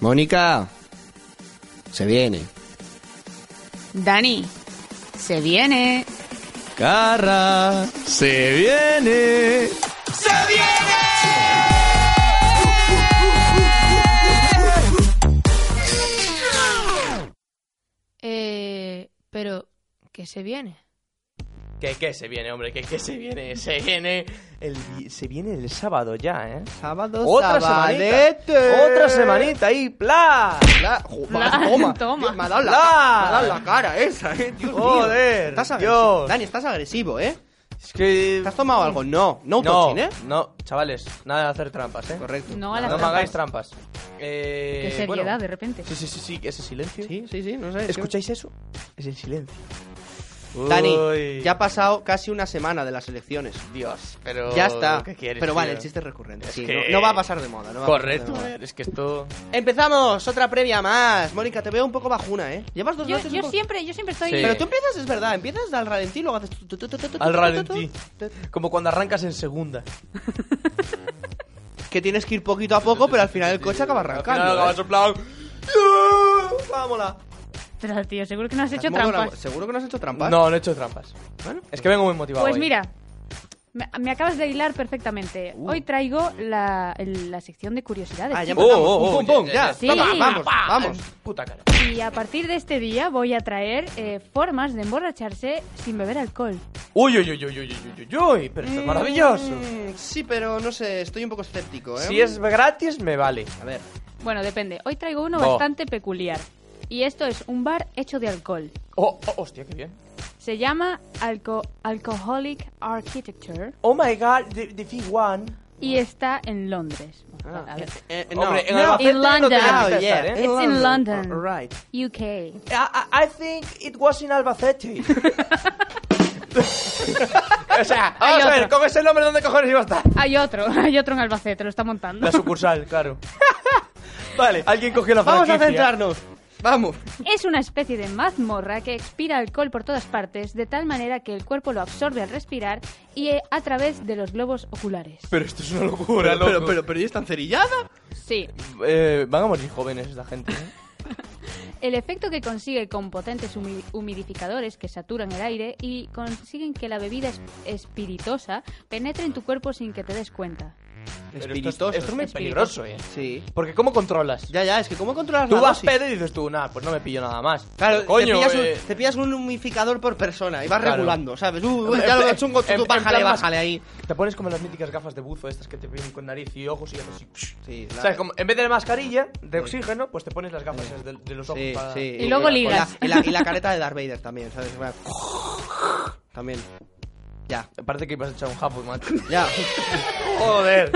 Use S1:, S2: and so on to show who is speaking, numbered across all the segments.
S1: Mónica, se viene.
S2: Dani, se viene.
S1: Carra, se viene.
S3: ¡Se viene!
S4: Eh, pero, ¿qué se viene?
S3: Que que se viene, hombre, que que se viene, se viene el vi- se viene el sábado ya, ¿eh?
S1: Sábado,
S3: Otra semanita. Otra semanita ahahí, pla.
S1: La, jo-
S4: La-
S1: toma.
S4: toma.
S1: Me ha dado la,
S3: Mm. La.
S1: me ha dado la cara esa, eh. Dios mío.
S3: Joder,
S1: Estás agresivo.
S3: Dios.
S1: Dani, estás agresivo, eh.
S3: Es que
S1: ¿Te has tomado algo? No. No,
S3: no,
S1: toxin, eh.
S3: no, chavales, nada de hacer trampas, ¿eh?
S1: Correcto.
S4: No a
S3: No
S4: las
S3: me hagáis
S4: trampas.
S3: trampas. Eh,
S4: Qué seriedad,
S3: bueno.
S4: de repente.
S3: Sí, sí, sí, sí, ese silencio.
S1: Sí, sí, sí, no sé.
S3: ¿Escucháis eso? Es el silencio.
S1: Dani,
S3: Uy.
S1: ya ha pasado casi una semana de las elecciones.
S3: Dios, pero
S1: Ya está.
S3: ¿qué quieres,
S1: Pero vale,
S3: tío?
S1: el chiste es recurrente.
S3: Es
S1: sí,
S3: que-
S1: no, no va a pasar de moda, ¿no? va a pasar de
S3: Correcto,
S1: moda.
S3: eh, es que esto
S1: Empezamos, otra previa más. Mónica, te veo un poco bajuna, ¿eh? Llevas dos
S4: Yo,
S1: noches.
S4: yo
S1: un poco-
S4: siempre, yo siempre estoy...
S3: Sí.
S1: Pero tú empiezas, es verdad, empiezas al ralentí y luego haces. tu, tu, tu, tu, tu, tu,
S3: Al
S1: tu, tu,
S3: ralentí.
S1: tu, tu.
S3: como cuando arrancas en segunda.
S1: Que tienes que ir poquito a poco, pero al final el coche acaba arrancando.
S3: Al final
S1: ¿eh?
S3: acabas en plan, "Yeah, vámonos".
S4: Pero, tío, seguro que no has hecho
S1: Has modo la-
S4: trampas.
S1: ¿Seguro que no has hecho trampas?
S3: No, no he hecho trampas.
S1: Bueno,
S3: Es que vengo muy motivado.
S4: Pues
S3: hoy.
S4: mira, me, me acabas de hilar perfectamente. Hoy traigo la, el- la sección de curiosidades.
S1: Uh. Ah, ya
S4: chicos.
S3: Oh,
S1: empezamos.
S3: oh, oh,
S1: pum, pum, pum,
S3: ya,
S1: ya.
S3: ya,
S4: ya.
S1: Toma,
S4: Sí.
S1: vamos,
S3: Pa,
S1: vamos.
S3: en Puta cara.
S4: Y a partir de este día voy a traer eh, formas de emborracharse sin beber alcohol.
S3: Uy, uy, uy, uy, uy, uy, uy, uy, uy, pero esto es maravilloso.
S1: Mm, sí, pero no sé, estoy un poco escéptico, ¿eh?
S3: Si es gratis, me vale.
S1: A ver.
S4: Bueno, depende. Hoy traigo uno
S3: Bo.
S4: bastante peculiar. Y esto es un bar hecho de alcohol.
S3: Oh, oh, hostia, qué bien.
S4: Se llama Alco- Alcoholic Architecture
S3: Oh my god, the, the V1.
S4: y está en Londres. A ver.
S1: Eh, eh,
S3: Hombre, en
S1: no.
S3: Albacete
S4: In
S3: no
S4: London.
S3: tenemos que
S1: Oh,
S3: estar,
S1: yeah.
S3: ¿eh?
S4: It's in London.
S1: All right.
S4: UK.
S3: I, I- I think it was in Albacete. o sea,
S4: Hay
S3: vamos a ver,
S4: otro.
S3: con ese nombre, ¿dónde cojones iba a estar?
S4: Hay otro, hay otro en Albacete, lo está montando.
S3: La sucursal, claro. vale, alguien cogió la
S1: Vamos
S3: franquicia.
S1: a centrarnos. Vamos.
S4: Es una especie de mazmorra que expira alcohol por todas partes, de tal manera que el cuerpo lo absorbe al respirar y eh, a través de los globos oculares.
S3: Pero esto es una locura,
S1: Pero, pero,
S3: loco.
S1: pero, pero, ¿y es tan cerillada?
S4: Sí,
S3: Eh, van a morir jóvenes esta gente. ¿eh?
S4: el efecto que consigue con potentes humi- humidificadores que saturan el aire y consiguen que la bebida es- espirituosa penetre en tu cuerpo sin que te des cuenta.
S3: Pero esto
S1: Espirituosos.
S3: es- Esto es muy
S4: Espirituosos.
S3: peligroso, eh.
S1: Sí.
S3: Porque ¿cómo controlas?
S1: Ya, ya, es que ¿cómo controlas
S3: Tú
S1: la
S3: vas
S1: dosis?
S3: pedo y dices tú, nada, pues no me pillo nada más.
S1: Claro,
S3: Pero, coño,
S1: te, pillas
S3: eh,
S1: un, te pillas un humificador por persona y vas
S3: Claro.
S1: regulando, ¿sabes? Uh,
S3: En
S1: ya lo
S3: plan-
S1: chungo, tú,
S3: en-
S1: tú,
S3: en
S1: bájale,
S3: plan más-
S1: bájale ahí.
S3: te pones como las míticas gafas de buzo estas que te vienen con nariz y ojos y haces así.
S1: Sí,
S3: O sea, como en vez de la mascarilla de oxígeno, pues te pones las gafas esas de, de los ojos
S1: Sí,
S3: para-
S1: sí.
S4: Y luego
S1: la-
S4: ligas.
S1: Y la, y la careta de Darth Vader también, ¿sabes? Va- También. Ya,
S3: Parece que ibas a echar un japo, macho.
S1: ya.
S3: Joder.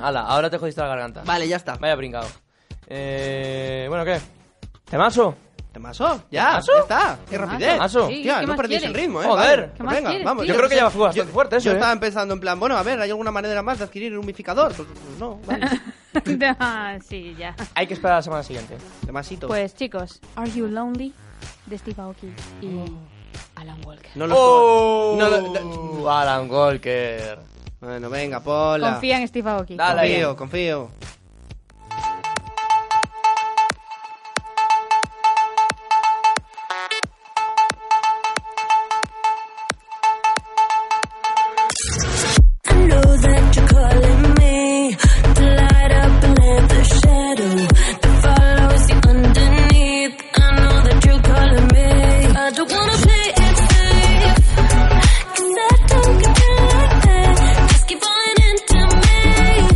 S3: Hala, ahora te jodiste la garganta.
S1: Vale, ya está.
S3: Vaya brincado. Eh, bueno, ¿qué? ¿Temazo?
S1: ¿Te maso? Ya,
S3: ¿Temazo?
S1: ya está. Qué rapidez.
S3: Temazo.
S4: Sí,
S1: Tía,
S4: ¿qué
S1: no
S4: más
S1: perdéis el
S4: quieres?
S1: ritmo, ¿eh?
S3: Joder.
S1: Vale,
S3: ¿Qué
S1: pues
S4: más
S1: venga,
S4: quieres,
S1: vamos.
S4: tío?
S3: Yo creo que ya fue bastante
S1: yo-
S3: fuerte eso,
S1: Yo
S3: ¿eh?
S1: estaba pensando en plan, bueno, a ver, ¿hay alguna manera más de adquirir un humificador? Pues, pues no, vale.
S4: Ah, sí, ya.
S3: Hay que esperar a la semana siguiente.
S1: Temasito.
S4: Pues chicos, Are You Lonely? de Steve Aoki y
S1: Mm.
S4: Alan Walker.
S1: No lo
S3: ¡Oh!
S1: No lo- no-
S3: Alan Walker.
S1: Bueno, venga, Pola.
S4: Confía en Steve Aoki.
S3: Dale. eh.
S1: confío, confío.
S5: I know that you're calling me to light up another shadow that follows you underneath. I know that you're calling me. I don't wanna play it safe, 'cause I don't get it like that. Just keep falling into me.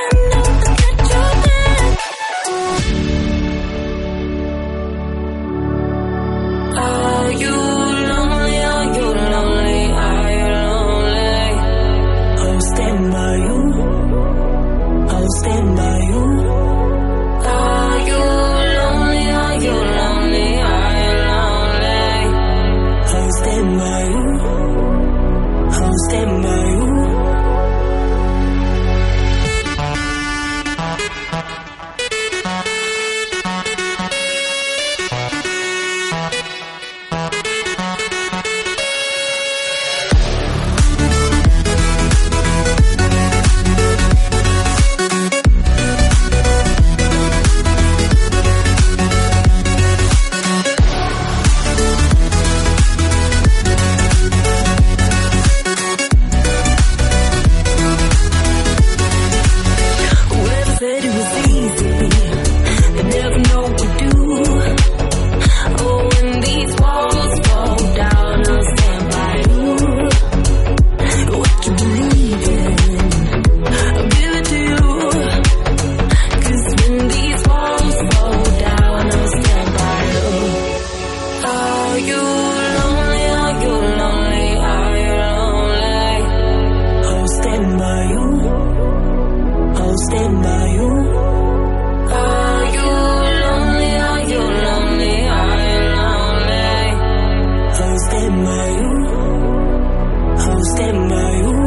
S5: I know that you're there. Are you lonely? Are you lonely? Are you lonely? I'll stand by you. I'll stand by you. Are you lonely? Are you lonely? Are you lonely? I'll stand by you. I'll stand by you.
S3: Alan Walker.
S5: Oh, stand by you. Are you lonely? Are you lonely? Are you lonely? I'll stand by you. I'll stand by you.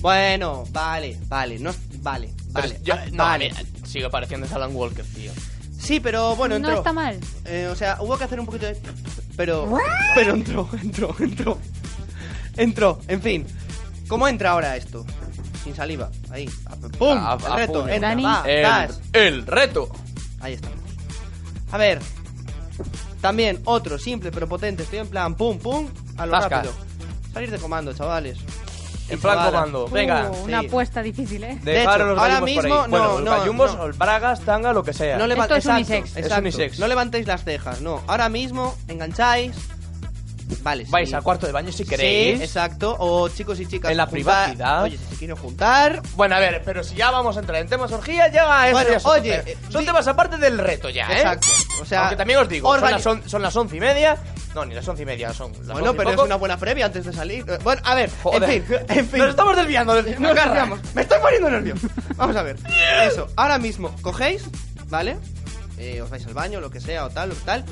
S1: Bueno, vale, vale, no, vale,
S3: Pero
S1: vale,
S3: yo-
S1: ah,
S3: no,
S1: vale.
S3: mira, sigo pareciendo Alan Walker, tío.
S1: Sí, pero bueno,
S4: No
S1: entró.
S4: está mal.
S1: Eh, o sea, hubo que hacer un poquito de... Pero... Pero entró, entró, entró. Entró, en fin. ¿Cómo entra ahora esto? Sin saliva. Ahí. a- ¡Pum!
S3: A- a
S1: el reto.
S3: puño. Eh,
S1: Entra,
S4: Dani.
S1: va,
S3: El,
S1: das.
S3: el reto.
S1: Ahí está. A ver. También otro, simple pero potente. Estoy en plan, pum, pum, a lo
S3: Vasca.
S1: rápido. Salir de comando, chavales.
S3: En
S1: Y
S3: plan
S1: chavalas.
S3: comando. Venga.
S4: Uh, una
S1: sí.
S4: apuesta difícil, ¿eh?
S1: De
S3: Dejaron
S1: hecho,
S3: los
S1: ahora
S3: gallumbos por
S1: mismo,
S3: ahí. Bueno,
S1: no,
S3: los
S1: no,
S3: gallumbos,
S1: no.
S3: los bragas, tanga, lo que sea.
S1: No levant-
S4: Esto es
S1: exacto,
S4: unisex.
S1: exacto.
S3: Es unisex.
S1: No levantéis las cejas, no. Ahora mismo engancháis. Vale,
S3: Vais
S1: sí.
S3: al cuarto de baño si
S1: Sí,
S3: queréis.
S1: exacto. O chicos y chicas.
S3: En la
S1: juntar-
S3: privacidad.
S1: Oye, si se quieren juntar.
S3: Bueno, a ver, pero si ya vamos a entrar en temas orgías, ya eso
S1: Bueno,
S3: ya es otro
S1: oye,
S3: tema.
S1: eh,
S3: son
S1: di-
S3: temas aparte del reto ya, ¿eh?
S1: Exacto. O sea,
S3: Aunque también os digo, son
S1: organi-
S3: las, on- son las once y media. No, ni las once y media, son las
S1: Bueno,
S3: once y
S1: pero es
S3: poco.
S1: una buena previa antes de salir. Eh, Bueno, a ver,
S3: Joder.
S1: en fin, en fin.
S3: Nos estamos desviando del
S1: Nos
S3: Agarra.
S1: desviamos. Me estoy poniendo nervioso. Vamos a ver. Eso, ahora mismo cogéis, ¿vale? Eh, os vais al baño, lo que sea, o tal, o tal.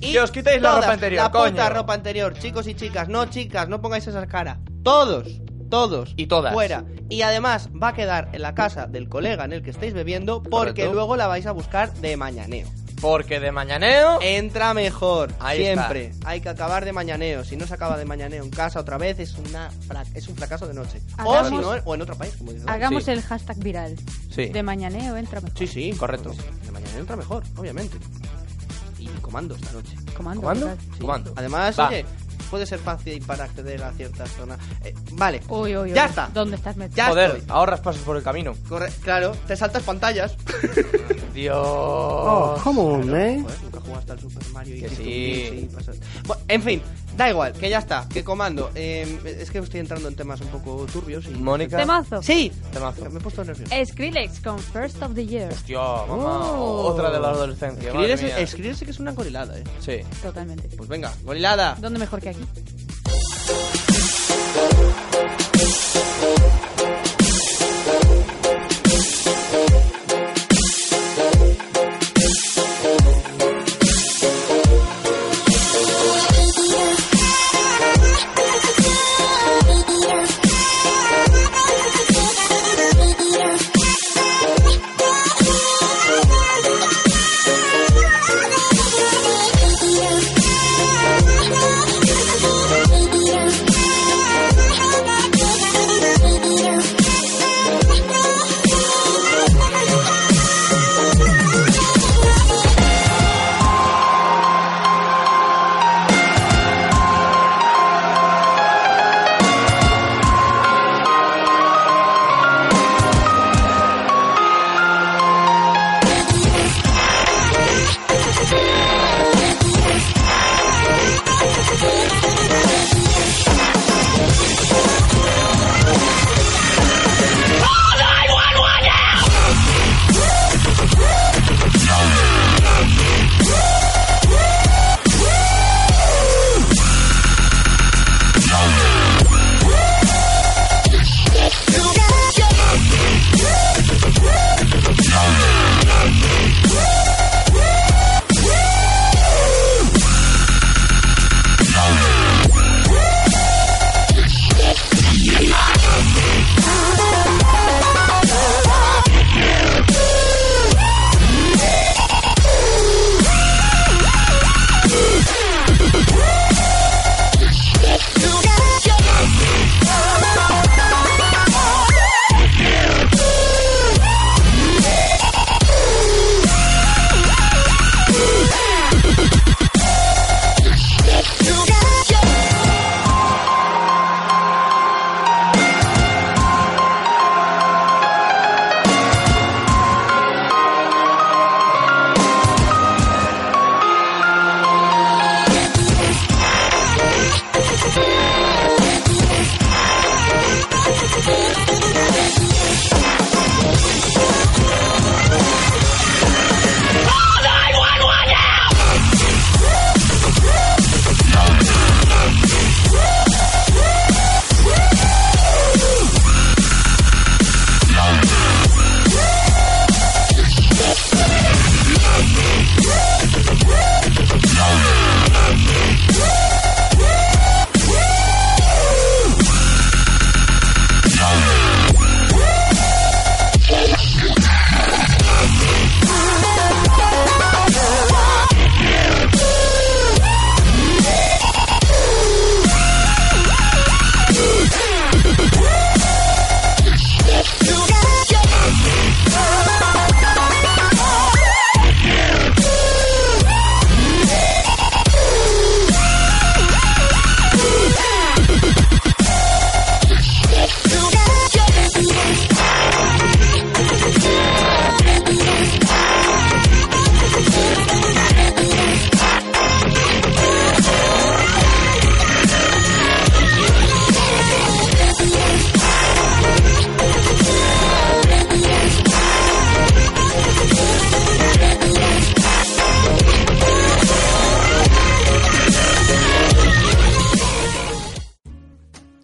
S3: Y os quitáis la
S1: todas,
S3: ropa anterior,
S1: La puta
S3: coño.
S1: ropa anterior, chicos y chicas, no chicas, no pongáis esa cara. Todos, todos.
S3: Y todas.
S1: Fuera. Y además va a quedar en la casa del colega en el que estáis bebiendo porque
S3: Correcto.
S1: luego la vais a buscar de mañaneo.
S3: Porque de mañaneo.
S1: Entra mejor,
S3: Ahí
S1: siempre. Hay que acabar de mañaneo. Si no se acaba de mañaneo en casa otra vez, es, una fra- es un fracaso de noche. o
S4: Hagamos-
S1: si no, o en otro país, como dice.
S4: Hagamos
S3: Sí.
S4: el hashtag viral.
S3: Sí.
S4: De mañaneo entra mejor.
S1: Sí, sí,
S3: Correcto.
S1: De mañaneo entra mejor, obviamente. Y comando esta noche.
S4: Comando.
S3: ¿Comando?
S4: viral. Sí.
S3: Comando.
S1: Además,
S3: Va.
S1: oye, puede ser fácil para acceder a ciertas zonas. Eh, vale.
S4: Uy, uy, uy.
S1: Ya está.
S4: ¿Dónde estás metido?
S1: Ya
S3: Joder,
S1: estoy.
S3: ahorras pasos por el camino.
S1: Corre- claro, te saltas pantallas.
S3: Dios.
S6: Oh, come on, man.
S1: Joder, nunca jugaste al Super Mario y
S3: Que
S1: hiciste
S3: sí.
S1: un glitch y pasas- Bueno, en fin, da igual, que ya está, que comando. Eh, es que estoy entrando en temas un poco turbios y...
S3: Mónica.
S4: Temazo.
S1: ¡Sí!
S3: Temazo.
S1: Me he puesto nervioso.
S4: Skrillex con First of the Year.
S3: Hostia, mamá.
S1: Oh.
S3: Otra de la adolescencia. madre
S1: Escribirse
S3: mía.
S1: que es una gorilada, eh.
S3: Sí.
S4: Totalmente.
S1: Pues venga, gorilada.
S4: ¿Dónde mejor que aquí?
S7: Thank you.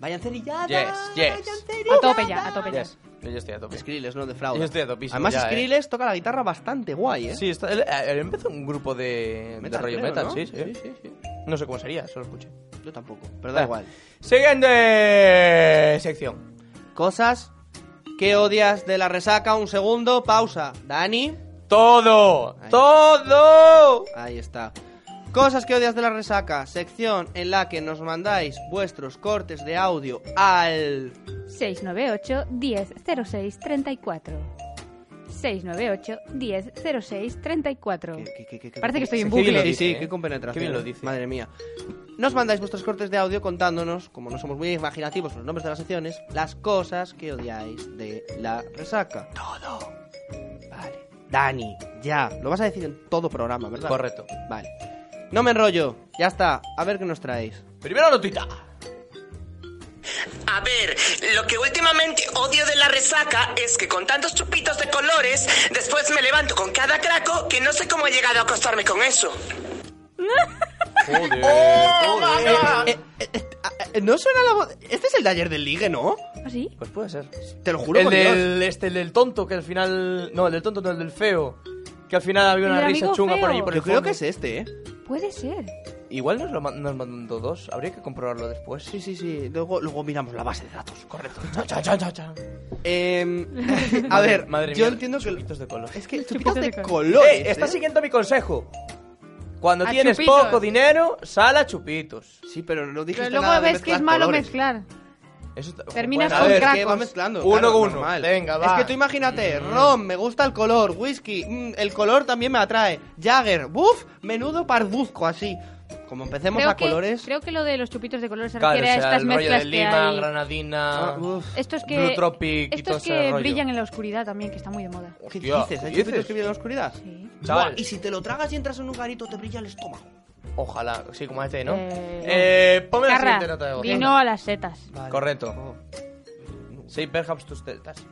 S1: Llancerillada.
S3: Yes, yes.
S4: A tope ya, a tope ya.
S3: Yes. Yo estoy a tope.
S1: Skrillex, no defrauda.
S3: Yo estoy a topísimo
S1: Además,
S3: ya, eh.
S1: Skrillex toca la guitarra bastante guay, ¿eh?
S3: Sí, está, él, él empezó un grupo de, de
S1: Metal,
S3: rollo
S1: creo,
S3: metal,
S1: ¿no?
S3: sí, sí, sí, sí. No sé cómo sería, solo escuché.
S1: Yo tampoco, pero da
S3: Ah.
S1: igual.
S3: Siguiente sección.
S1: Cosas que odias de la resaca. Un segundo, pausa. Dani.
S3: Todo,
S1: Ahí.
S3: todo.
S1: Ahí está. Cosas que odias de la resaca, sección en la que nos mandáis vuestros cortes de audio al
S4: 698 10 06 34. 698 10 06 34.
S1: ¿Qué- qué- qué- qué- qué-
S4: Parece que estoy en
S3: Qué bien lo
S4: bucle.
S1: Sí,
S3: dice,
S1: sí,
S3: ¿eh?
S1: qué compenetración.
S3: Qué bien lo
S1: ¿eh?
S3: dice.
S1: Madre mía. Nos mandáis vuestros cortes de audio contándonos, como no somos muy imaginativos con los nombres de las secciones, las cosas que odiáis de la resaca. Todo. Vale. Dani, ya. Lo vas a decir en todo programa, ¿verdad?
S3: Correcto.
S1: Vale. No me enrollo. Ya está. A ver qué nos traéis.
S3: Primera notita.
S7: A ver, lo que últimamente odio de la resaca es que con tantos chupitos de colores, después me levanto con cada craco que no sé cómo he llegado a acostarme con eso.
S3: Joder. Oh,
S1: Eh, eh, eh, eh, no suena la voz. Este es el de ayer del ligue, ¿no?
S4: ¿Ah, sí?
S3: Pues puede ser.
S1: Te lo juro
S3: El
S1: por Dios.
S3: del, este, el del tonto que al final. No, el del tonto, no, el del feo. Que al final había
S4: El
S3: una
S4: del
S3: risa
S4: amigo
S3: chunga por
S4: feo.
S3: ahí por
S1: Yo
S3: el
S1: creo
S3: fondo.
S1: que es este, ¿eh?
S4: Puede ser.
S3: Igual nos, lo, man- nos mandó dos. Habría que comprobarlo después.
S1: Sí, sí, sí. Luego, luego miramos la base de datos.
S3: correcto. Chan, chan, chan, chan, chan.
S1: Eh, a ver,
S3: madre
S1: yo
S3: mía,
S1: entiendo que...
S3: chupitos de color.
S1: Es que chupitos de
S4: de
S1: colores.
S3: Eh, estás
S1: ¿eh?
S3: siguiendo mi consejo. Cuando
S2: A
S3: tienes
S2: chupitos.
S3: poco dinero, sal a chupitos.
S1: Sí, pero no dijiste
S2: Pero luego
S1: nada de
S2: ves que es
S1: mezclar
S2: malo
S1: colores.
S2: mezclar.
S3: Eso está-
S2: Terminas
S3: Bueno,
S1: Claro,
S3: a
S2: con
S1: es
S3: ver,
S1: que
S2: cracos.
S1: va mezclando.
S3: Uno
S1: claro,
S3: con uno.
S1: normal.
S3: Venga, va. Mm.
S1: Es que tú imagínate, rom, me gusta el color, whisky, mm, el color también me atrae. Jagger, buf, menudo parduzco así. Como empecemos
S4: Creo
S1: a
S4: que,
S1: colores.
S4: creo que lo de los chupitos de colores se
S3: Claro,
S4: refiere a
S3: será
S4: estas
S3: el rollo
S4: mezclas
S3: de
S4: que
S3: lima,
S4: hay.
S3: granadina.
S1: Ah, uf.
S4: Estos que,
S3: Blue Tropic y todo
S4: estos
S3: ese
S4: que
S3: rollo.
S4: brillan en la oscuridad también, que está muy de moda.
S1: ¿Qué
S3: Hostia,
S1: dices? ¿Hay
S3: ¿qué
S1: chupitos que
S3: dices?
S1: viven en la oscuridad?
S4: Sí.
S3: Chaval,
S1: Buah, y si te lo tragas y entras en un garito, te brilla el estómago.
S3: ojalá, sí, como este, ¿no?
S4: Eh,
S3: Eh, ponme la
S4: Carra,
S3: siguiente nota de voz.
S4: vino a las setas.
S3: Correcto.
S1: Oh.
S4: Oh.
S3: Say perhaps to stars.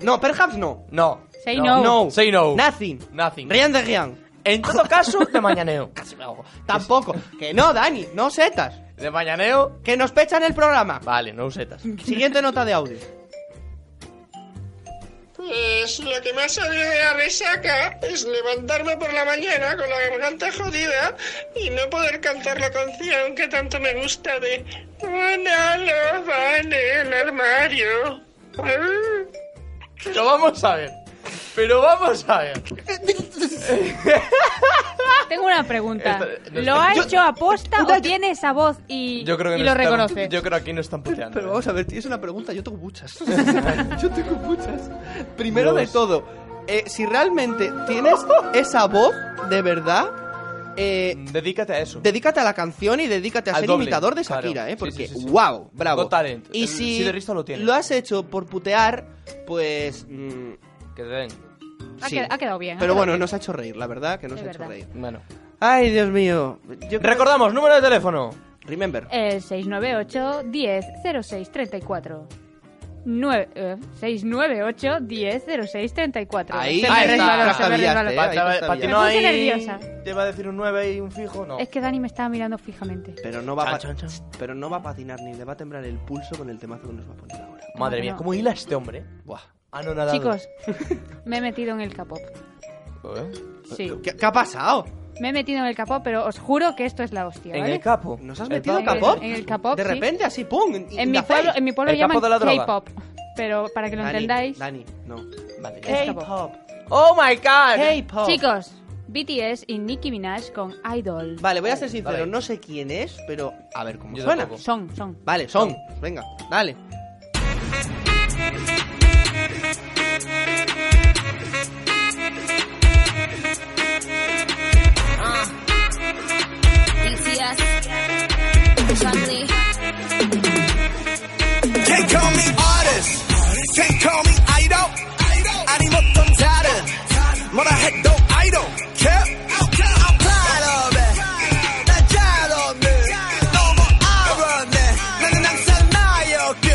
S1: No, perhaps no.
S3: No.
S4: Say no.
S1: No.
S3: Say no.
S1: Nothing.
S3: Nothing.
S1: Ryan de Ryan.
S3: En todo caso, de mañaneo.
S1: Casi me ahogo. Tampoco. que no, Dani, no setas.
S3: De mañaneo.
S1: Que nos pechan el programa.
S3: Vale, no usetas.
S1: Siguiente nota de audio.
S8: Pues lo que más odio de la resaca es levantarme por la mañana con la garganta jodida y no poder cantar la canción que tanto me gusta de Manalo va en el armario. Ah.
S3: Pero vamos a ver. Pero vamos a ver.
S4: Tengo una pregunta.
S3: Esto-
S4: ¿Lo
S3: no está-
S4: ha
S3: yo-
S4: hecho aposta o tiene esa voz y,
S3: Yo creo que
S4: y
S3: no
S4: lo
S3: están-
S4: reconoce?
S3: Yo creo que aquí no están puteando.
S1: Pero
S3: ¿eh?
S1: vamos a ver, es una pregunta, yo tengo muchas. yo tengo muchas. Primero de
S3: Dios.
S1: todo, eh, si realmente tienes esa voz de verdad, eh,
S3: Dedícate a eso.
S1: dedícate a la canción y dedícate a
S3: Al
S1: ser
S3: doble,
S1: imitador de
S3: claro.
S1: Shakira, ¿eh?
S3: Sí,
S1: Porque,
S3: sí, sí, sí.
S1: wow, bravo.
S3: Got Talent.
S1: Y
S3: El
S1: si
S3: Siderista lo tiene.
S1: has hecho por putear, pues... mm,
S3: Que te den.
S4: Ha,
S1: sí.
S4: qued- ha quedado bien. ha
S1: Pero
S4: quedado
S1: bueno,
S4: bien.
S1: nos ha hecho reír, la verdad que nos
S4: Es
S1: ha hecho
S4: verdad.
S1: reír.
S3: Bueno.
S1: Ay, Dios mío. Yo creo-
S3: Recordamos, número de teléfono.
S1: Remember.
S4: El 698 10 06 34. Nue- eh, 698 10 06 34.
S1: Ahí
S4: Se me
S1: ahí
S4: resbaló,
S1: está,
S4: se me resbaló.
S1: sabíaste, ¿eh?
S3: Pa-
S1: Ahí
S3: chaval,
S1: está
S3: pa'
S1: bien.
S3: ti no
S4: Me puse
S3: hay-
S4: nerviosa.
S3: Te va a decir un 9 y un fijo. No.
S4: Es que Dani me estaba mirando fijamente.
S1: Pero no va a pa-
S3: Chan, chan,
S1: pero no va a patinar ni le va a temblar el pulso con el temazo que nos va a poner ahora.
S3: Madre mía,
S4: No.
S3: ¿cómo hila este hombre?
S1: Buah.
S3: Ah, no, nada.
S4: Chicos, me he metido en el capop. Sí,
S1: ¿Qué, qué ha pasado?
S4: me he metido en el capop, pero os juro que esto es la hostia,
S3: En
S4: ¿vale?
S3: el capo.
S1: ¿Nos has
S3: El
S1: metido
S4: en
S1: en
S4: el-
S1: K-pop?
S4: en el K-pop,
S1: De
S4: sí.
S1: repente, así, ¡pum! in-
S4: En
S1: in
S4: mi
S1: the
S4: pueblo,
S1: face.
S4: en mi pueblo
S3: El
S4: llaman
S3: capo de la droga.
S4: K-pop. Pero para que lo
S1: Dani,
S4: entendáis,
S1: Dani, no.
S3: Vale.
S4: Es capo.
S1: K-pop.
S3: Oh my god.
S4: Eh,
S1: K-pop.
S4: chicos, BTS y Nicki Minaj con Idol.
S1: Vale, voy a ser sincero,
S3: Vale.
S1: no sé quién es, pero a ver cómo
S3: Yo
S1: suena.
S3: tampoco.
S4: Son, son.
S1: Vale, son. Venga, dale.
S5: BTS, Chun-Li.
S9: Can't call me artist. Can't call me idol. 아니었던 다른 뭐라 해도 idol. Cap. I'm proud of it. 나 잘 없네. 너무 알았네. 나는 항상 나였게.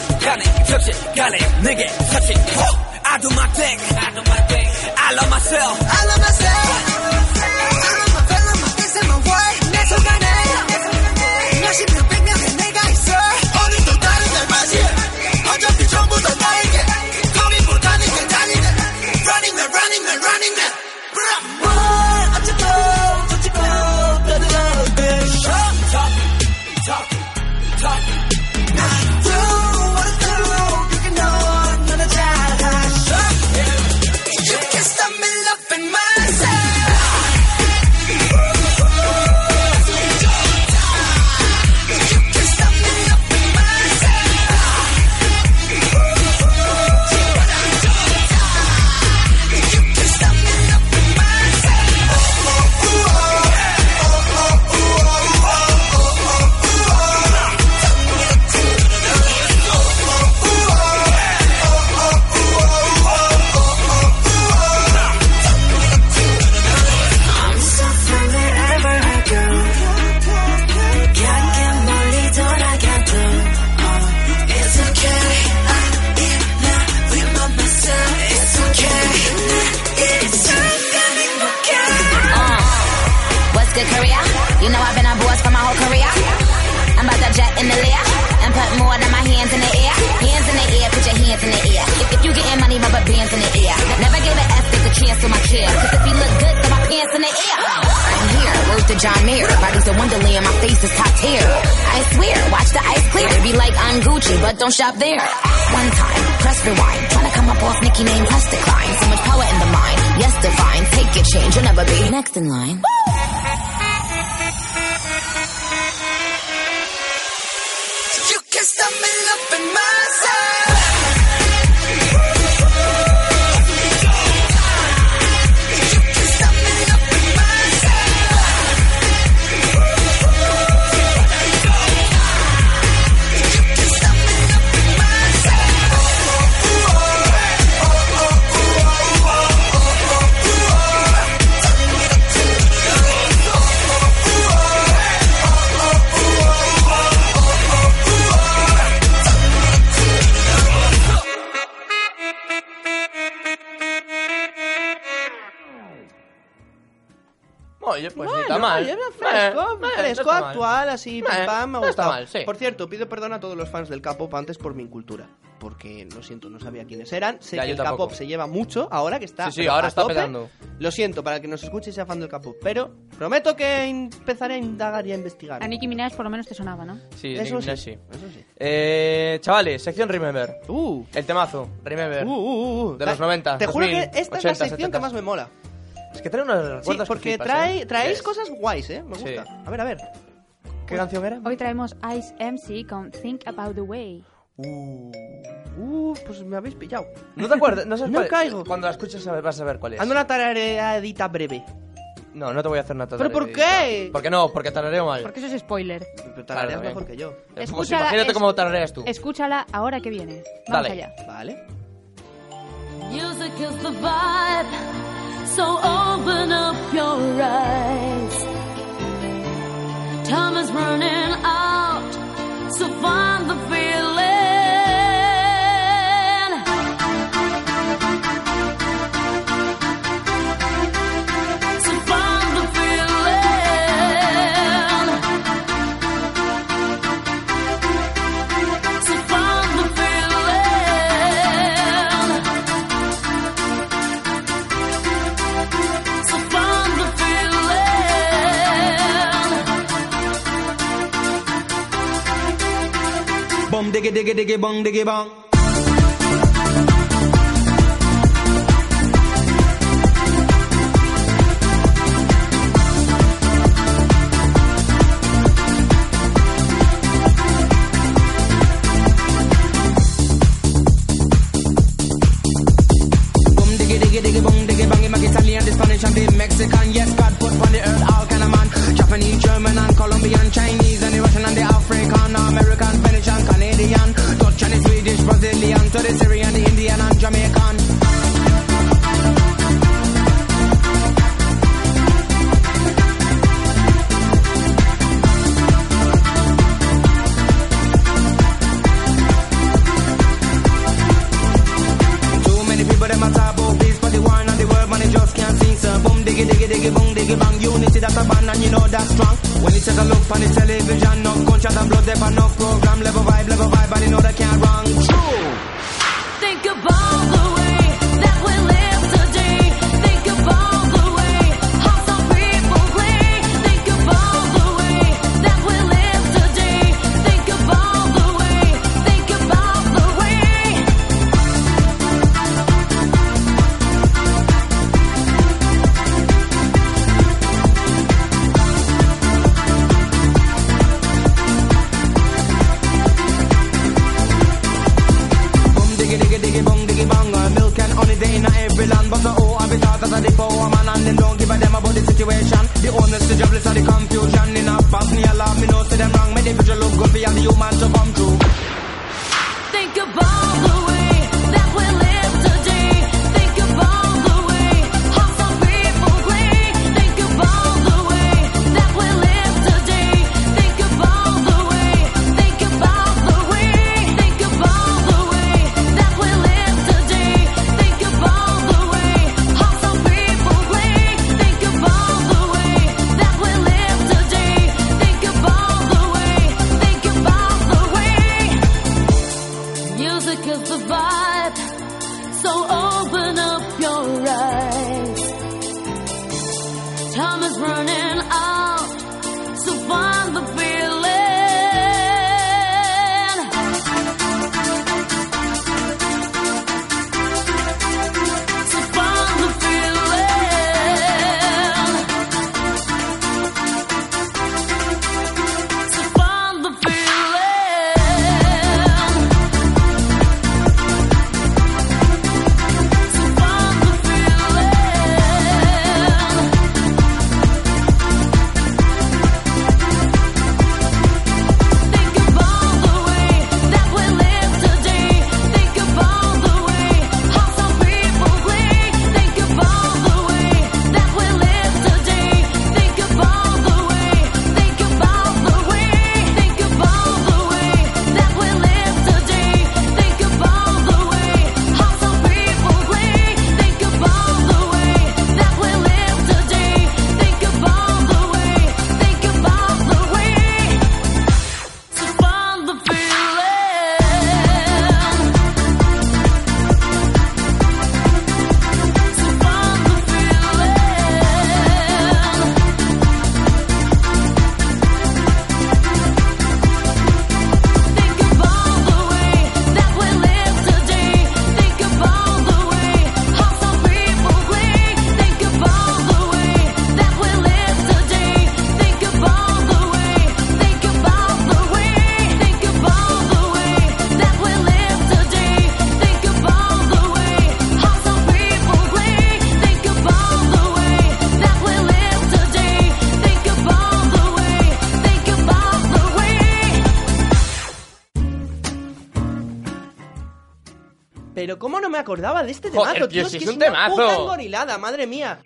S9: got it, nigga, touch it. Oh, I do my thing, I do my thing. I love myself, I love myself. I love my fellow, my face and my way. 내 속안에 몇십 명, 백 명의 내가 있어. 어느 또 다른 날 맞이해. 어차피 전부 다 나에게. 거리보다는 게 다니네. Running man, running man, running man. Bruh. 뭘 어쩌고, 저쩌고, better love this. Talk, talk, talk.
S10: What's good, Korea? You know I've been on boards for my whole career. I'm about to jet in the lair and put more than my hands in the air. Hands in the air, put your hands in the air. If, if you getting money, rubber bands in the air. Never gave an F to cancel my care. Cause if he look good, then my pants in the air. I'm here, word to John Mayer. Body's a wonderland, my face is top tier. I swear, watch the ice clear. It be like I'm Gucci, but don't shop there. One time, press rewind. Tryna come up off Nicki name, press decline. So much power in the mind, yes divine. Take your change, you'll never be next in line.
S9: You can stop me up in my side.
S3: Oye, pues ni
S1: Bueno,
S3: tan mal.
S1: oye, era fresco,
S3: Eh, eh,
S1: fresco,
S3: no está mal.
S1: actual, así, pim,
S3: Eh,
S1: pam, me ha
S3: no está
S1: gustado.
S3: mal, sí.
S1: Por cierto, pido perdón a todos los fans del K-pop antes por mi incultura, porque lo siento, no sabía quiénes eran. Sé
S3: Ya,
S1: que
S3: yo
S1: el
S3: tampoco.
S1: K-pop se lleva mucho ahora que está.
S3: Sí, sí,
S1: pero
S3: ahora
S1: a
S3: está
S1: tope.
S3: petando.
S1: Lo siento para el que nos escuche y sea fan del K-pop, pero prometo que empezaré a indagar y a investigar.
S4: A Nicki Minaj por lo menos te sonaba, ¿no?
S3: Sí,
S1: Eso
S3: Nicki Minaj
S1: sí,
S3: sí.
S1: eso sí.
S3: Eh, chavales, sección Remember.
S1: Uh,
S3: El temazo, Remember.
S1: uh, uh, uh.
S3: De
S1: La-
S3: los 90.
S1: Te juro
S3: 2000,
S1: que esta es la
S3: 80,
S1: sección que
S3: 70.
S1: más me mola.
S3: Es que trae unos
S1: Sí,
S3: recuerdos que
S1: porque
S3: flipas,
S1: trae,
S3: ¿eh?
S1: traéis
S3: Sí.
S1: cosas guays, ¿eh? Me
S3: Sí.
S1: gusta. A ver, a ver.
S3: ¿Qué canción era?
S4: Hoy traemos Ice MC con Think About The Way.
S3: Uh,
S1: Uh, pues me habéis pillado.
S3: no te acuerdas, no sabes
S1: No
S3: cuál-
S1: caigo.
S3: Cuando la escuches sabes- vas a saber cuál es.
S1: Ando una tarareadita breve.
S3: No, no te voy a hacer nada.
S1: ¿Pero por qué?
S3: Porque no, porque tarareo mal.
S4: Porque eso es spoiler.
S1: Pero tarareas
S3: Claro,
S1: mejor
S3: bien.
S1: que yo.
S3: Pues
S4: Escúchala,
S3: imagínate
S4: es-
S3: cómo tarareas tú.
S4: Escúchala ahora que viene. Vamos
S3: Dale.
S4: allá.
S1: Vale.
S5: Music is the vibe, so open up your eyes. Time is running out, so find the feeling. So find the feeling. So find the feeling. So find the feeling.
S11: Bom diggy diggy diggy bong diggy bong. Boom, diggy, diggy, diggy, boom, diggy, bang, bang, Italian, the Spanish and the Mexican, yes, God put on the earth all kind of man. Japanese, German and Colombian, Chinese and the Russian and the African, American, Spanish and Canadian, Dutch and the Swedish, Brazilian. that strong. When you take a look on the television, no gunshot and blood, there no program. Level vibe, level vibe, and you know they can't wrong. True.
S5: Think of all the way that we live today. Think of all the way how some people play. Think of all the way that we live today. Think of all the way. Think of all the way.
S11: Boom diggy diggy diggy boom diggy bang. Uh, Milk and honey they in every land, but the whole habit out as a depot a man and them don't give a damn about the situation. The owners the jobless are the confusion. In a past me alarm, me know say them wrong. Make the future look good beyond the human to come true.
S5: Think of all the way that we live today. Think of all the way how some people play. Think of all the way that we live today. Think of all the way. Think of all the way. Think of all the way that we live today. Think of all the way how some people play. Think of all the way that we live today. Think of all the way. Think of all the way. Music is the vibe, so open up your eyes. Time is running out, so find the feeling. So find the feeling. So find the feeling.
S1: Pero cómo no me acordaba de este
S3: Joder,
S1: temazo,
S3: tío,
S1: tío.
S3: si
S1: que
S3: es un
S1: una
S3: temazo.
S1: puta engorilada, madre mía.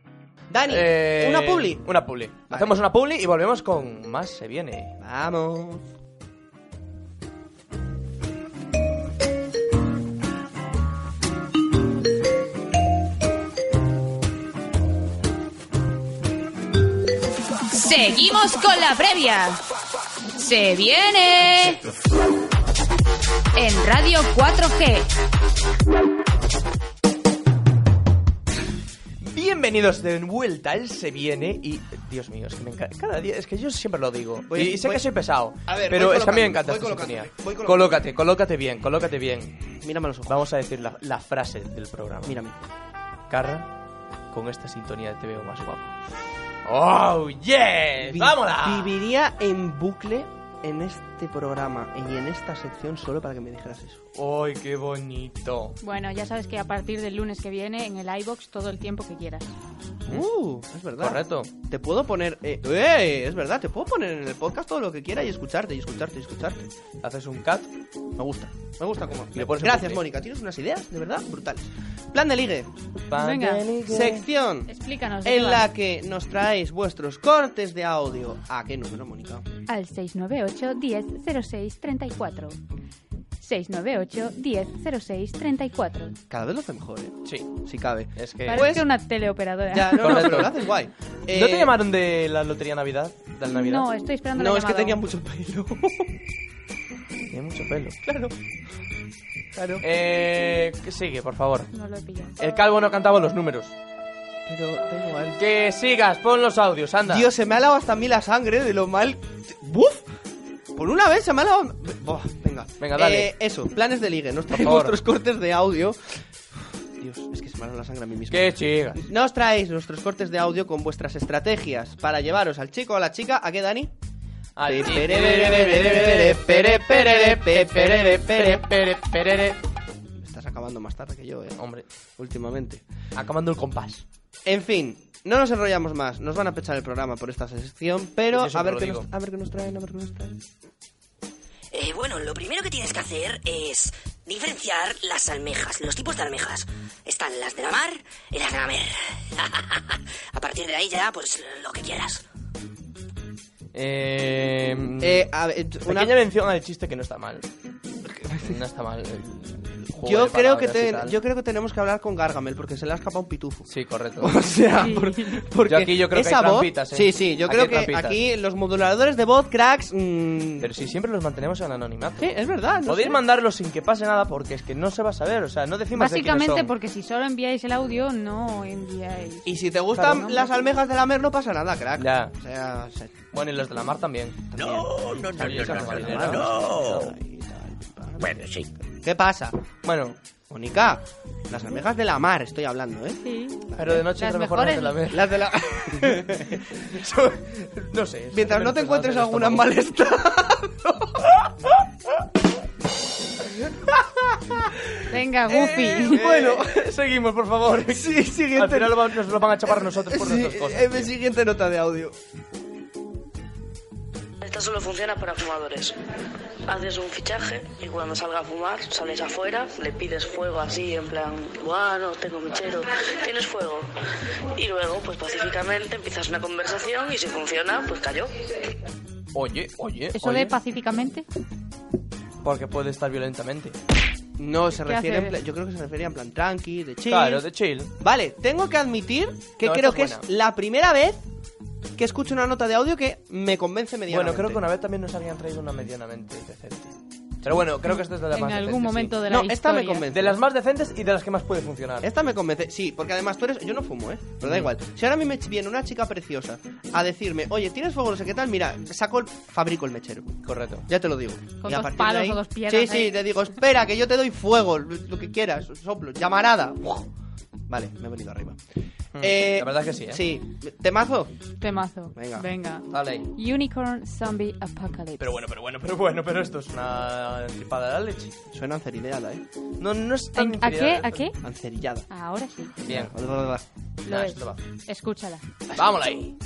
S1: Dani,
S3: Eh,
S1: una publi.
S3: Una publi. Hacemos una publi y volvemos con más se viene.
S1: Vamos.
S2: Seguimos con la previa. Se viene en Radio 4G.
S3: Bienvenidos de vuelta, él se viene y... Dios mío, es que me encanta. Cada día, es que yo siempre lo digo.
S1: Voy-
S3: y sé
S1: voy-
S3: que soy pesado.
S1: A ver,
S3: pero
S1: voy
S3: es que a mí me encanta
S1: colocándome,
S3: esta
S1: voy
S3: sintonía.
S1: colocándome, voy
S3: Colócate, colócate bien, colócate bien. Mírame los ojos. Vamos a decir la, la frase del programa. Mírame. Carra, con esta sintonía te veo más guapo. ¡Oh, yeah!
S1: Vi-
S3: ¡Vámonos!
S1: Viviría en bucle en este programa y en esta sección solo para que me dijeras eso.
S3: ¡Ay, qué bonito!
S4: Bueno, ya sabes que a partir del lunes que viene en el iBox todo el tiempo que quieras.
S1: Uh, es verdad.
S3: Correcto.
S1: Te puedo poner. Eh, eh, es verdad, te puedo poner en el podcast todo lo que quiera y escucharte, y escucharte, y escucharte.
S3: Haces un cat.
S1: Me gusta. Me gusta como.
S3: Le pones un
S1: Gracias,
S3: bucle.
S1: Mónica. Tienes unas ideas, de verdad, brutales. Plan de ligue.
S3: Plan
S4: Venga. de ligue.
S1: Sección.
S4: Explícanos.
S1: Ah, En la que nos traéis vuestros cortes de Ah, audio. ¿A qué número, Mónica?
S4: Al 698 10 06 34. 698 1006 34.
S1: Cada vez lo hace mejor, ¿eh? Sí. Si cabe. Es que...
S4: Parece una teleoperadora.
S1: Ya, no, no, pero lo haces guay.
S3: ¿No
S1: Eh,
S3: te llamaron de la lotería Navidad? ¿Del Navidad?
S4: No, estoy esperando
S1: No,
S4: la
S1: es que
S4: llamada.
S1: tenía mucho pelo.
S3: Tiene mucho pelo.
S1: Claro. Claro.
S3: Eh, que sigue, por favor.
S4: No lo he pillado.
S3: El calvo no cantaba los números.
S1: Pero da igual.
S3: Que sigas, pon los audios, anda.
S1: Dios, se me ha lavado hasta a mí la sangre de lo mal. ¡Buf! Por una vez se me ha lavado. Buah, venga.
S3: Venga, dale.
S1: Eh, eso, planes de ligue. Nos traéis
S3: favor.
S1: vuestros cortes de audio. Dios, es que se me ha lavado la sangre a mí mismo.
S3: Que sigas.
S1: Nos traéis nuestros cortes de audio con vuestras estrategias para llevaros al chico o a la chica. ¿A qué, Dani?
S3: Al chico.
S1: Estás acabando más tarde que yo, eh.
S3: Hombre,
S1: Últimamente.
S3: acabando el compás.
S1: En fin, no nos enrollamos más. Nos van a pechar el programa por esta sección, pero
S3: Yo siempre
S1: a ver
S3: lo
S1: qué
S3: digo.
S1: nos, a ver qué nos traen, a ver qué nos traen.
S12: Eh, bueno, lo primero que tienes que hacer es diferenciar las almejas, los tipos de almejas. Están las de la mar y las de la mer. A partir de ahí ya, pues lo que quieras.
S3: Eh,
S1: Eh, a ver, una-
S3: Pequeña mención al chiste que no está mal. No está mal. el- el juego
S1: Yo
S3: de
S1: creo, que
S3: palabras
S1: te-
S3: y tal.
S1: yo creo que tenemos que hablar con Gargamel porque se le ha escapado un pitufo.
S3: Sí, correcto.
S1: O sea, por- porque
S3: Yo aquí yo creo que
S1: esa
S3: hay
S1: voz,
S3: trampitas, ¿eh?
S1: sí, sí, yo
S3: Aquí hay
S1: creo que
S3: trampitas.
S1: aquí los moduladores de voz cracks, mm,
S3: Pero si siempre los mantenemos en anonimato.
S1: sí, es verdad. no
S3: Podéis
S1: sé.
S3: mandarlos sin que pase nada porque es que no se va a saber. O sea, no decimos de quiénes
S4: Básicamente
S3: son.
S4: porque si solo enviáis el audio, no enviáis.
S1: Y si te gustan
S4: Claro, ¿no?
S1: las almejas de la mer no pasa nada, crack.
S3: Ya.
S1: O sea, se-
S3: Bueno, y los de la mar también.
S1: No,
S3: no, no, no, no,
S1: no,
S7: Bueno, sí.
S1: ¿Qué pasa?
S3: Bueno,
S1: Mónica, las almejas de la mar estoy hablando, ¿eh?
S4: Sí.
S3: pero de noche
S4: Las
S3: a lo mejor las de la
S4: mejores-
S3: mer.
S1: Las de la
S3: Son- no sé.
S1: Mientras no te encuentres alguna en
S3: mal
S1: mal estado.
S4: Venga, Goofy.
S1: Bueno,
S3: Eh, seguimos, por favor.
S1: sí,
S3: Al
S1: siguiente.
S3: final lo van- nos lo van a chapar nosotros por
S1: Sí,
S3: nuestras cosas.
S1: eh, siguiente nota de audio.
S13: Esta solo funciona para fumadores. Haces un fichaje y cuando salga a fumar, sales afuera, le pides fuego así, en plan, bueno, tengo mechero, tienes fuego. Y luego, pues pacíficamente empiezas una conversación y si funciona, pues cayó.
S3: Oye, oye,
S4: Eso
S3: oye,
S4: de pacíficamente.
S3: Porque puede estar violentamente.
S1: No, se
S4: ¿Qué
S1: refiere en
S4: haces?
S1: pla- yo creo que se refería en plan tranqui, de chill.
S3: Claro, de chill.
S1: Vale, tengo que admitir que
S3: No,
S1: creo
S3: esta
S1: que
S3: es
S1: es
S3: buena.
S1: la primera vez que escucho una nota de audio que me convence
S3: Bueno,
S1: medianamente.
S3: creo que una vez también nos habían traído una medianamente decente. Pero bueno, creo que esta es de las
S4: En
S3: más
S4: algún
S3: decentes,
S4: momento
S3: sí.
S4: de la
S1: No, esta me
S4: historia.
S1: convence.
S3: De las más decentes y de las que más puede funcionar.
S1: Esta me convence, sí, porque además tú eres... Yo no fumo, ¿eh? Pero da igual. Si ahora a mí me viene una chica preciosa a decirme, oye, ¿tienes fuego no sé qué tal? Mira, saco el... fabrico el mechero.
S3: Correcto.
S1: Ya te lo digo.
S4: Con
S1: Y a
S4: dos
S1: partir de
S4: palos
S1: ahí-
S4: o dos piedras,
S1: Sí, sí,
S4: ¿eh?
S1: te digo, espera, que yo te doy fuego, lo que quieras, soplo, llamarada. Uf. Vale, me he venido arriba. Eh,
S3: Mm, la verdad es que sí, ¿eh?
S1: Sí. ¿Temazo?
S4: Temazo.
S1: Venga.
S4: Venga.
S3: Dale ahí.
S4: Unicorn Zombie Apocalypse.
S3: Pero bueno, pero bueno, pero bueno, pero esto es una tripada de la leche.
S1: Suena ancerillada, ¿eh?
S3: No, no es tan
S4: ¿En- ¿A qué?
S3: inferior.
S4: ¿A qué?
S1: Ancerillada.
S4: Ahora sí.
S3: Bien.
S4: Lo
S3: Nah,
S4: es.
S3: esto va.
S4: Escúchala.
S3: Vámonos ahí.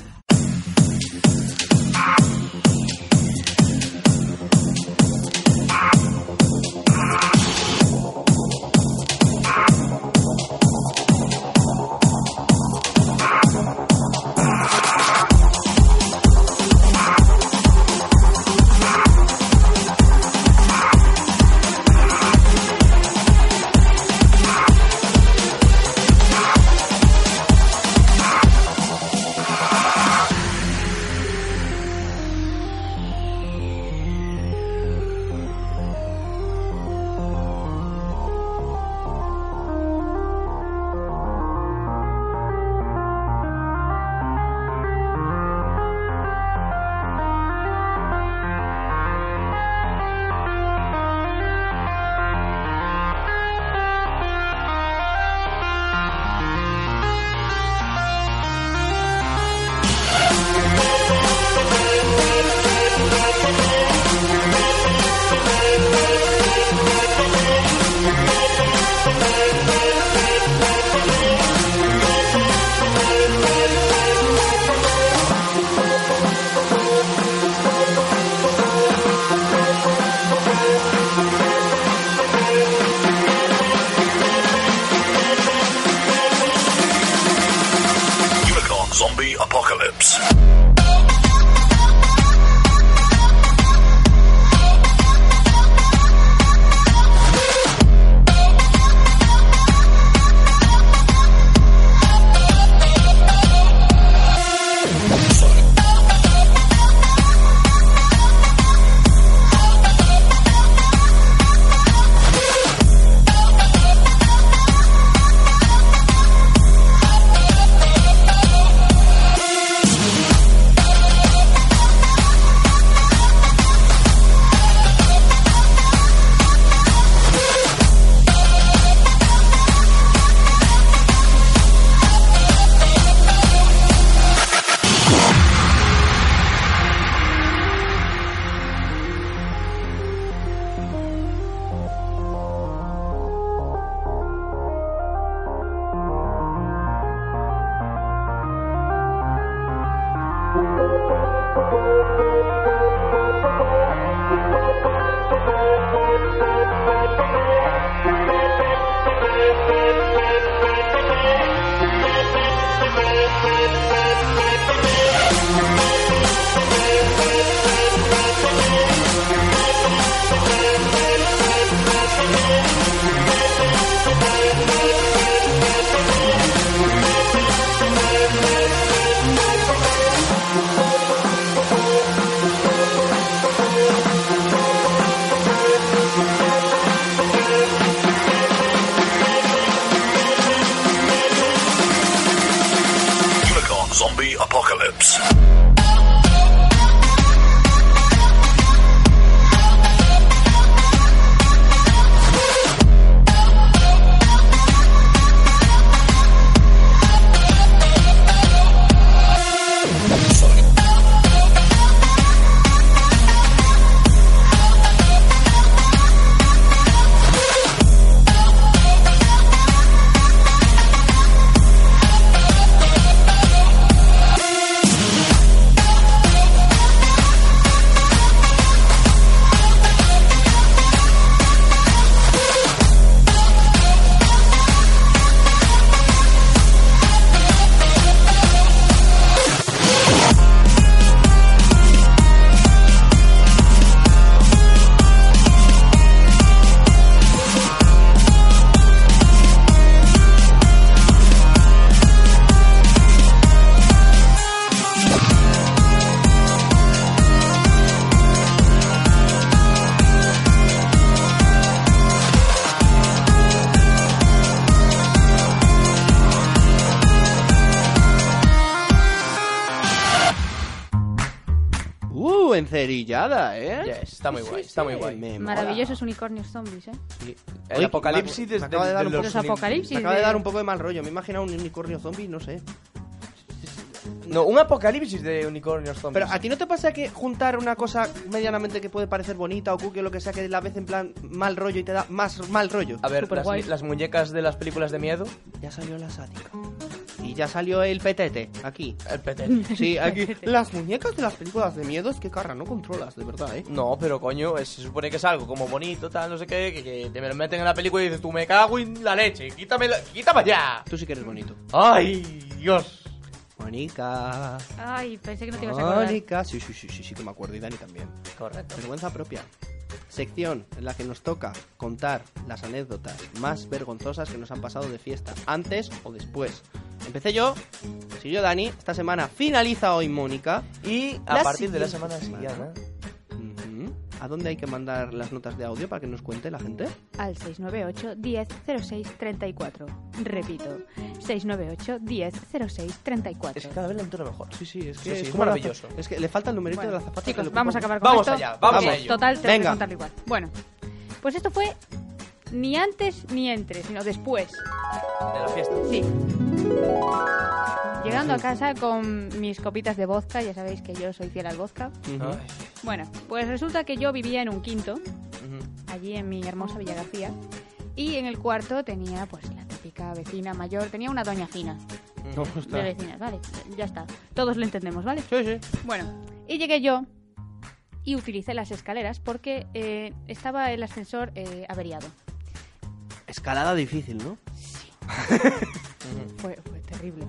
S1: encerillada, Uh, ¿eh?
S3: Yes, está muy guay, está muy guay.
S4: Maravillosos unicornios zombies, ¿eh?
S3: Sí. El
S1: Oye,
S3: apocalipsis
S1: me- me
S3: desde
S1: acaba de dar un
S3: los
S1: poco-
S3: uni-
S4: apocalipsis
S1: Me acaba de
S4: de-
S1: dar un poco de mal rollo. Me imagino un unicornio zombie, no sé.
S3: No, un apocalipsis de unicornios zombies.
S1: Pero a ti no te pasa que juntar una cosa medianamente que puede parecer bonita o cookie o lo que sea, que la vez en plan mal rollo y te da más mal rollo.
S3: A ver, las, las muñecas de las películas de miedo.
S1: Ya salió la sádica. Y ya salió el petete, aquí.
S3: El petete.
S1: Sí, aquí. Las muñecas de las películas de miedo es que carra, no controlas, de verdad, ¿eh?
S3: No, pero coño, es- se supone que es algo como bonito, tal, no sé qué, que, que te me lo meten en la película y dices, tú me cago en la leche, quítame, la- quítame ya.
S1: Tú sí que eres bonito.
S3: Ay, Dios.
S1: Mónica.
S4: Ay, pensé que no te ibas a acordar.
S1: Mónica. Sí, sí, sí, sí, sí que me acuerdo y Dani también.
S3: Correcto.
S1: Vergüenza propia. Sección en la que nos toca contar las anécdotas más vergonzosas que nos han pasado de fiesta, antes o después. Empecé yo, siguió Dani, esta semana finaliza hoy Mónica.
S3: Y a partir de la semana siguiente.
S1: Ujú. ¿A dónde hay que mandar las notas de audio para que nos cuente la gente?
S4: Al 698 10 06 34. Repito, 698 10 06 34. Es
S3: cada vez la entero mejor.
S1: Sí, sí, es
S3: Sí, sí, es
S1: como la-
S3: maravilloso.
S1: Es que le falta el numerito
S4: Bueno,
S1: de la zapata.
S4: chicos, vamos a acabar con
S3: Vamos
S4: esto.
S3: allá, vamos
S4: porque,
S3: a ello.
S4: Total, te lo voy
S3: Venga.
S4: a contar igual. Bueno, pues esto fue ni antes ni entre, sino después.
S3: De la fiesta.
S4: Sí. Llegando a casa con mis copitas de vodka, ya sabéis que yo soy fiel al vodka.
S3: Ay.
S4: Bueno, pues resulta que yo vivía en un quinto, allí en mi hermosa Villa García, y en el cuarto tenía pues la típica vecina mayor, tenía una doña fina
S1: No,
S4: de
S1: está.
S4: vecinas, vale, ya está. Todos lo entendemos, ¿vale?
S1: Sí, sí.
S4: Bueno, y llegué yo y utilicé las escaleras porque eh, estaba el ascensor eh, averiado.
S1: Escalada difícil, ¿no?
S4: Fue, fue terrible,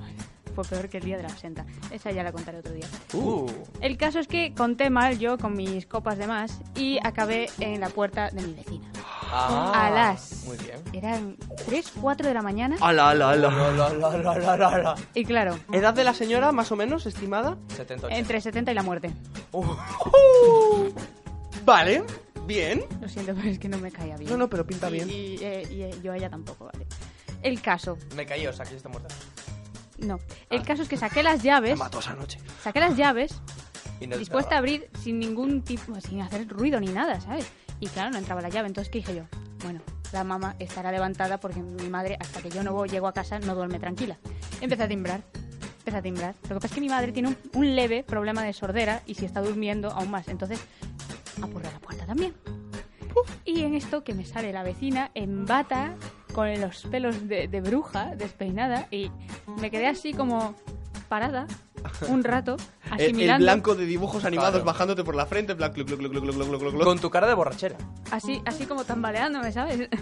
S4: fue peor que el día de la absenta. Esa ya la contaré otro día.
S3: Uh.
S4: El caso es que conté mal yo con mis copas de más y acabé en la puerta de mi vecina.
S3: Ah,
S4: a las...
S3: Muy bien.
S4: Eran 3, 4 de la mañana.
S1: Ala, ala, ala.
S4: Y claro,
S1: ¿Edad de la señora, más o menos, estimada?
S3: 70,
S4: entre 70 y la muerte. Uh.
S1: Vale, bien.
S4: Lo siento, pero es que no me caía bien.
S1: No, no, pero pinta
S4: Y-
S1: bien.
S4: Y, eh, y, eh, yo a ella tampoco, vale. El caso,
S3: Me caí, o sea, que ya está muerta.
S4: no.
S1: Ah.
S4: El caso es que saqué las llaves.
S1: noche.
S4: Saqué las llaves,
S3: Y no
S4: dispuesta a abrir sin ningún tipo, sin hacer ruido ni nada, ¿sabes? Y claro, no entraba la llave. Entonces, ¿qué dije yo? Bueno, la mamá estará levantada porque mi madre, hasta que yo no voy- llego a casa, no duerme tranquila. Empecé a timbrar. Empecé a timbrar. Lo que pasa es que mi madre tiene un, un leve problema de sordera y si está durmiendo, aún más. Entonces, apurré la puerta también. Y en esto que me sale la vecina en bata, con los pelos de, de bruja, despeinada, y me quedé así como parada un rato,
S1: El,
S4: asimilando.
S1: blanco de dibujos animados
S3: Claro.
S1: bajándote por la frente, en plan, cluc, cluc, cluc, cluc, cluc, cluc, cluc.
S3: Con tu cara de borrachera.
S4: así, así como tambaleándome, ¿sabes?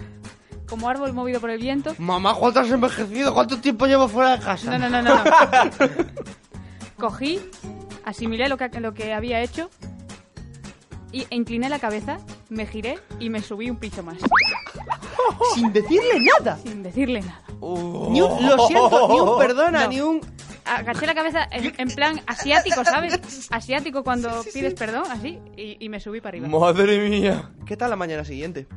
S4: Como árbol movido por el viento.
S1: Mamá, ¿cuánto has envejecido? ¿Cuánto tiempo llevo fuera de casa?
S4: No, no, no, no. Cogí, asimilé lo que, lo que había hecho y e incliné la cabeza, me giré y me subí un piso más.
S1: Sin decirle nada.
S4: Sin decirle nada.
S1: Ni un- lo siento, ni un perdona,
S4: No.
S1: ni un...
S4: Agaché la cabeza en, en plan asiático, ¿sabes? Asiático cuando pides perdón, así, y, y me subí para arriba.
S3: Madre mía.
S1: ¿Qué tal la mañana siguiente?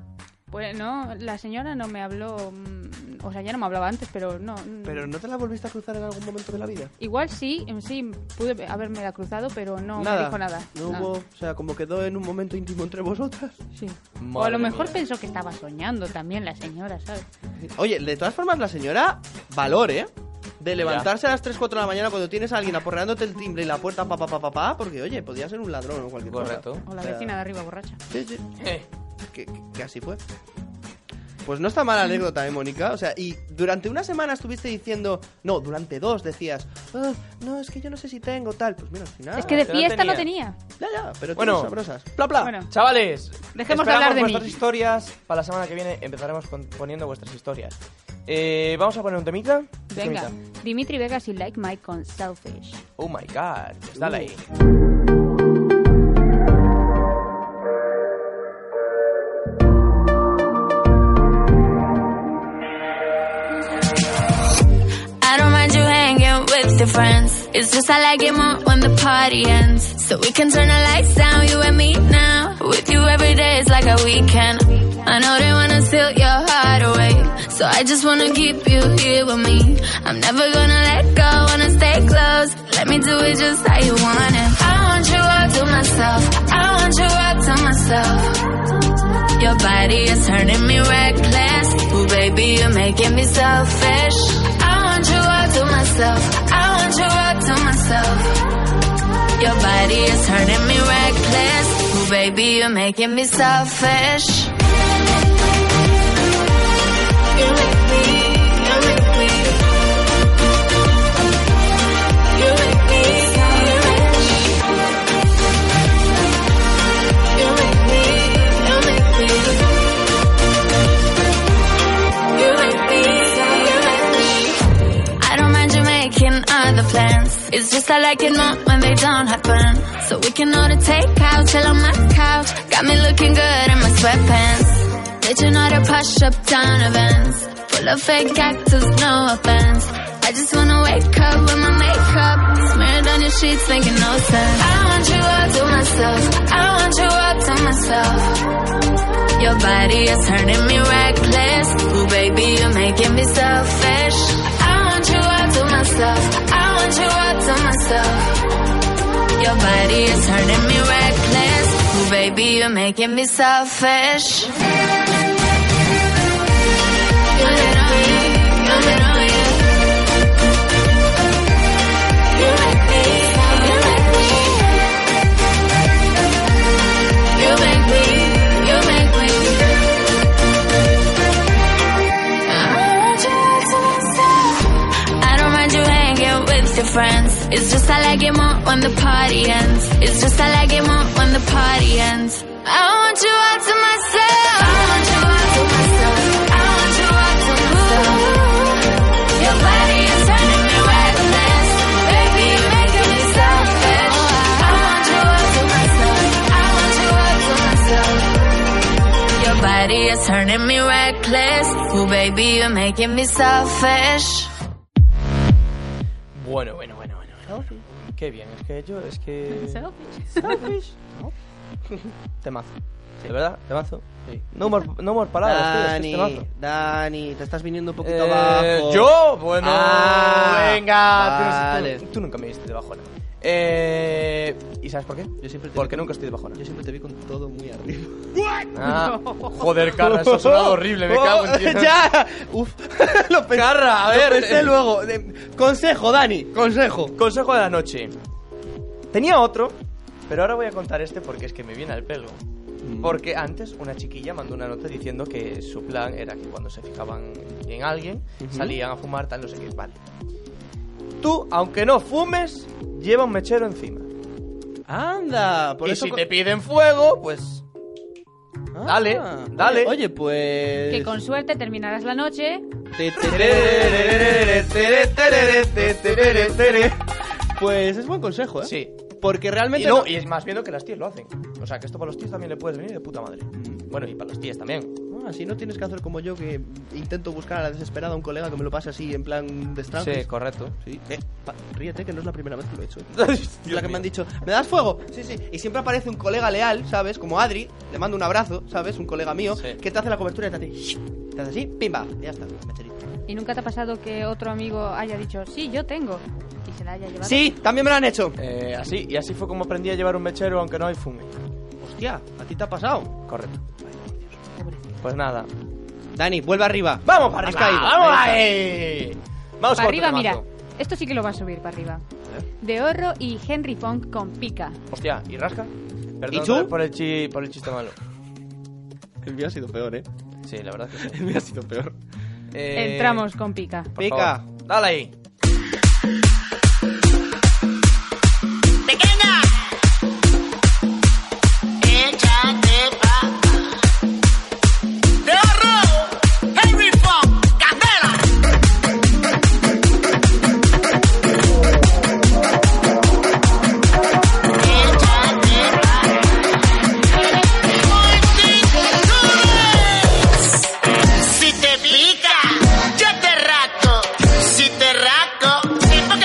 S4: Pues no, la señora no me habló, mm, o sea, ya no me hablaba antes, pero no. mm,
S1: ¿Pero no te la volviste a cruzar en algún momento de la vida?
S4: Igual sí, en sí pude haberme la cruzado, pero no me dijo nada.
S1: No
S4: nada.
S1: hubo... O sea, como quedó en un momento íntimo entre vosotras.
S4: Sí. o a lo mejor pensó que estaba soñando también la señora, ¿sabes?
S1: Oye, de todas formas, la señora, valor, ¿eh? De levantarse a las 3, 4 de la mañana cuando tienes a alguien aporreándote el timbre y la puerta, pa, pa, pa, pa, pa, porque, oye, podía ser un ladrón o cualquier
S3: Correcto.
S1: cosa.
S4: O la
S1: sea,
S4: vecina de arriba borracha.
S1: Sí, sí.
S3: Eh.
S1: Que, que- que así fue. Pues no está mala anécdota, ¿eh, Mónica? O sea, y durante una semana estuviste diciendo... No, durante dos decías... "Ah, no, es que yo no sé si tengo tal. Pues mira, al final...
S4: es que de
S3: yo no
S4: fiesta no
S3: Ah, tenía.
S4: tenía.
S1: Ya, ya, pero
S3: Bueno.
S1: bueno, sabrosas.
S3: Pla, pla.
S4: Bueno.
S3: Chavales,
S4: Dejemos
S3: esperamos
S4: de hablar de
S3: vuestras
S4: mí.
S3: historias. Para la semana que viene empezaremos con- poniendo vuestras historias. Eh, Vamos a poner un temita. ¿Qué
S4: Venga,
S3: temita?
S4: Dimitri Vegas y Like Mike con Selfish.
S3: Oh my god. Pues
S4: Uh.
S3: dale ahí.
S5: I don't mind you hanging with your friends. It's just I like it more when the party ends. So we can turn the lights down, you and me now. With you every day is like a weekend. I know they wanna steal your heart away. So I just wanna keep you here with me. I'm never gonna let go, wanna stay close. Let me do it just how you want it. I want you up to myself. I want you all to myself. Your body is turning me reckless. Ooh, baby, you're making me selfish. I want you all to myself. I want you all to myself. Your body is turning me reckless. Ooh, baby, you're making me selfish. You make me, you make me. You make me selfish. You make me, you make me. You make me selfish. I don't mind you making other plans. It's just I like it more when they don't happen. So we can order takeout till on my couch. Got me looking good in my sweatpants. Did you know to push up down events? Full of fake actors, no offense. I just wanna wake up with my makeup smeared on your sheets, making no sense. I want you all to myself. I want you all to myself. Your body is turning me reckless. Ooh, baby, you're making me selfish. I want you all to myself. I want you all to myself. Your body is turning me reckless. Ooh, baby, you're making me selfish. You little me, you little me. You make me, you make me. You make me, you make me. I want you all to myself. I don't mind you hanging with your friends. It's just I like it more when the party ends. It's just I like it more when the party ends. I want you all to myself. I want you all to myself. I want you all to myself. Your body is turning me reckless. Baby, you're making me selfish. I want you all to myself. I want you all to myself. Your body is turning me reckless. Ooh, baby, you're making me selfish.
S3: Bueno, bueno, bueno, bueno. Qué bien, es que yo, es que...
S1: Selfish.
S3: Temazo. ¿De verdad? ¿Temazo? No, more, no more palabras, tío, es que es
S1: Dani,
S3: temazo.
S1: Dani, te estás viniendo un poquito
S3: Eh,
S1: abajo.
S3: ¿Yo? Bueno,
S1: Ah,
S3: venga. tú no-
S1: vale.
S3: Tú, tú nunca me viste de bajona. Eh, ¿Y sabes por qué? Yo siempre Porque nunca estoy de bajona. Yo siempre te vi con todo muy arriba. Ah, joder, Carra, eso ha sonado horrible, me cago en Dios.
S1: Oh, ya. Uf. lo pensé,
S3: Carra, a ver.
S1: Lo pensé luego. De- Consejo, Dani, consejo.
S3: Consejo de la noche. Tenía otro, pero ahora voy a contar este porque es que me viene al pelo.
S1: Mm.
S3: Porque antes una chiquilla mandó una nota diciendo que su plan era que cuando se fijaban en alguien,
S1: Ujú.
S3: salían a fumar, tal, no sé qué. Vale. Tú, aunque no fumes, lleva un mechero encima.
S1: Anda, por
S3: y
S1: eso
S3: si
S1: co-
S3: te piden fuego, pues... Dale,
S1: Ah,
S3: dale.
S1: Oye, pues.
S4: Que con suerte terminarás la noche.
S1: Te- te- tererere, tere, terere, te- terere, tere. Pues es buen consejo, ¿eh?
S3: Sí.
S1: Porque
S3: Y,
S1: realmente.
S3: no,
S1: no-
S3: y es más viendo que las tías lo hacen. O sea, que esto para los tíos también le puedes venir de puta madre.
S1: Mm.
S3: Bueno, y para los tías también.
S1: Ah, así no tienes que hacer como yo, que intento buscar a la desesperada a un colega que me lo pase así en plan de strange.
S3: Sí, correcto.
S1: Sí. Eh, pa- ríete, que no es la primera vez que lo he hecho. ¿eh?
S3: Dios
S1: la que
S3: mío.
S1: me han dicho, ¿me das fuego? Sí, sí. Y siempre aparece un colega leal, ¿sabes? Como Adri, le mando un abrazo, ¿sabes? Un colega mío, que te hace la cobertura y te hace, te hace así, pimba, ya está, mecherito.
S4: ¿Y nunca te ha pasado que otro amigo haya dicho, sí, yo tengo? Y se la haya llevado.
S1: Sí, también me lo han hecho.
S3: Eh, así, y así fue como aprendí a llevar un mechero aunque no hay fume.
S1: Hostia, ¿a ti te ha pasado?
S3: Correcto. Pues nada.
S1: Dani, vuelve arriba.
S3: ¡Vamos para
S1: Has
S3: arriba!
S1: caído.
S3: ¡Vamos
S1: Ahí
S3: ahí!
S4: para
S3: Vamos con
S4: arriba,
S3: otro
S4: mira.
S3: temazo.
S4: Esto sí que lo va a subir para arriba. De Horro y Henry Funk con pica.
S3: Hostia, ¿y rasca? Perdón
S1: ¿Y tú?
S3: por el, chi- por el chiste malo.
S1: El mío ha sido peor, ¿eh?
S3: Sí, la verdad es que sí.
S1: El mío ha sido peor.
S3: Eh,
S4: Entramos con pica.
S3: por favor, Dale ahí.
S14: Pequeña, échate pa' acá. De Arrow, Henry Fong, Candela. Échate pa' acá. Si te pica, yo te rato. Si te rato.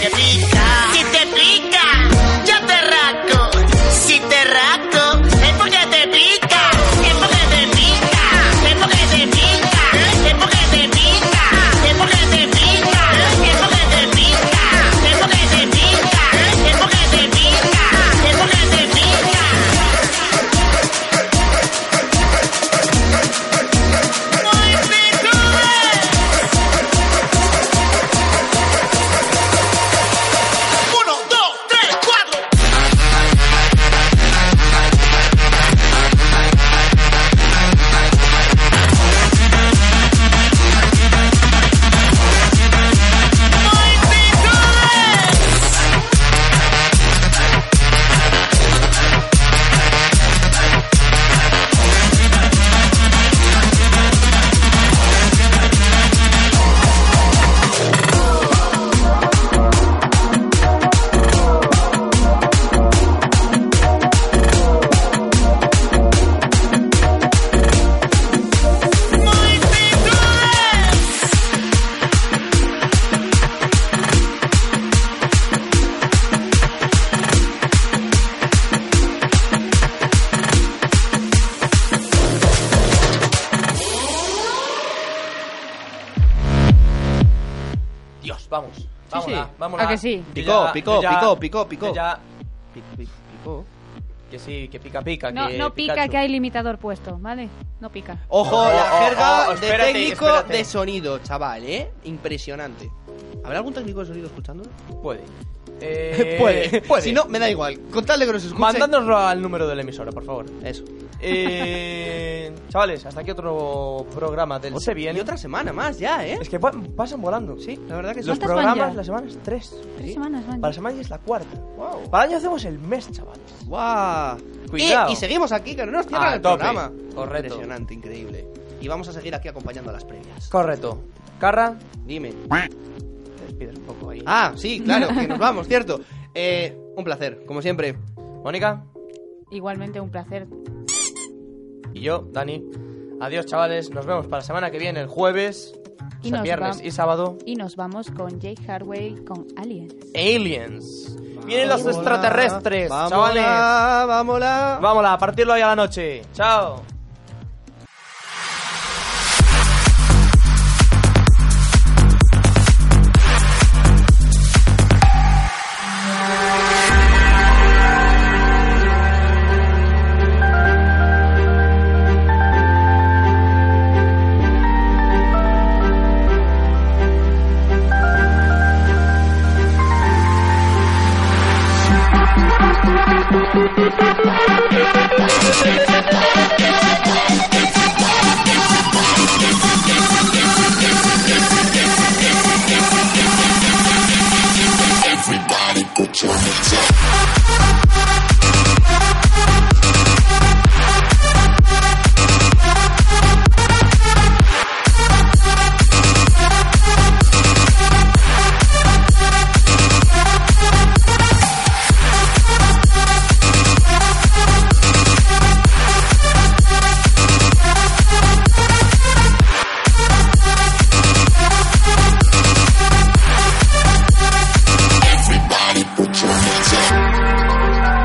S15: que pica. Si te pica, yo te rasco. Si te rasco, es porque te pica. Es porque te pica. Es porque te pica. Es porque te pica. Es porque te pica. Es porque te pica. Es porque te pica. Es porque te pica. Es porque te pica. Uno, dos, tres, cuatro.
S3: Dios, vamos. Vamos,
S4: sí.
S3: vamos.
S4: ¿A que sí?
S1: Picó, picó, picó, picó, picó.
S3: Ya.
S1: Picó.
S3: Que sí, que pica, pica.
S4: No,
S3: que
S4: no pica
S3: Pikachu.
S4: que hay limitador puesto, ¿vale? No pica.
S1: Ojo,
S3: Oh,
S1: la
S3: oh,
S1: jerga
S3: oh, oh,
S1: de
S3: espérate,
S1: técnico
S3: espérate.
S1: de sonido, chaval, ¿eh? Impresionante. ¿Habrá algún técnico de sonido escuchando?
S3: Puede. Eh,
S1: puede, puede. Si no, me da igual. Con tal de que nos escuche.
S3: Mandándonoslo al número de la emisora, por favor.
S1: Eso.
S3: Eh, chavales, hasta aquí otro programa del Se Viene.
S1: Y otra semana más ya, ¿eh?
S3: Es que pa- pasan volando. Sí,
S1: la verdad que sí.
S3: Los
S1: ¿Cuántas van
S3: programas,
S1: ya?
S3: las semanas, tres.
S4: Tres semanas van.
S3: Para la semana ya es la cuarta. Para el año hacemos el mes, chavales.
S1: ¡Guau! Eh,
S3: Cuidado.
S1: Y, y seguimos aquí, que no nos
S3: A
S1: cierran el
S3: tope.
S1: programa.
S3: Correcto.
S1: Impresionante, increíble. Y vamos a seguir aquí acompañando a las previas.
S3: Correcto. Carra,
S1: Dime.
S3: te despides un poco ahí.
S1: Ah, sí, claro, que nos vamos, cierto. Eh, un placer, como siempre.
S3: Mónica
S4: Igualmente un placer.
S3: y yo, Dani. Adiós, chavales. Nos vemos para la semana que viene, el jueves,
S4: Y
S3: o sea,
S4: nos
S3: viernes
S4: va-
S3: y sábado.
S4: Y nos vamos con Jake Hardway con Aliens.
S3: Aliens. Vienen los
S1: Vámonos.
S3: extraterrestres,
S1: Vámonos,
S3: chavales.
S1: Vámonos.
S3: Vámonos, a partirlo hoy a la noche. Chao.
S9: Everybody put your hands up. Everybody put your hands up.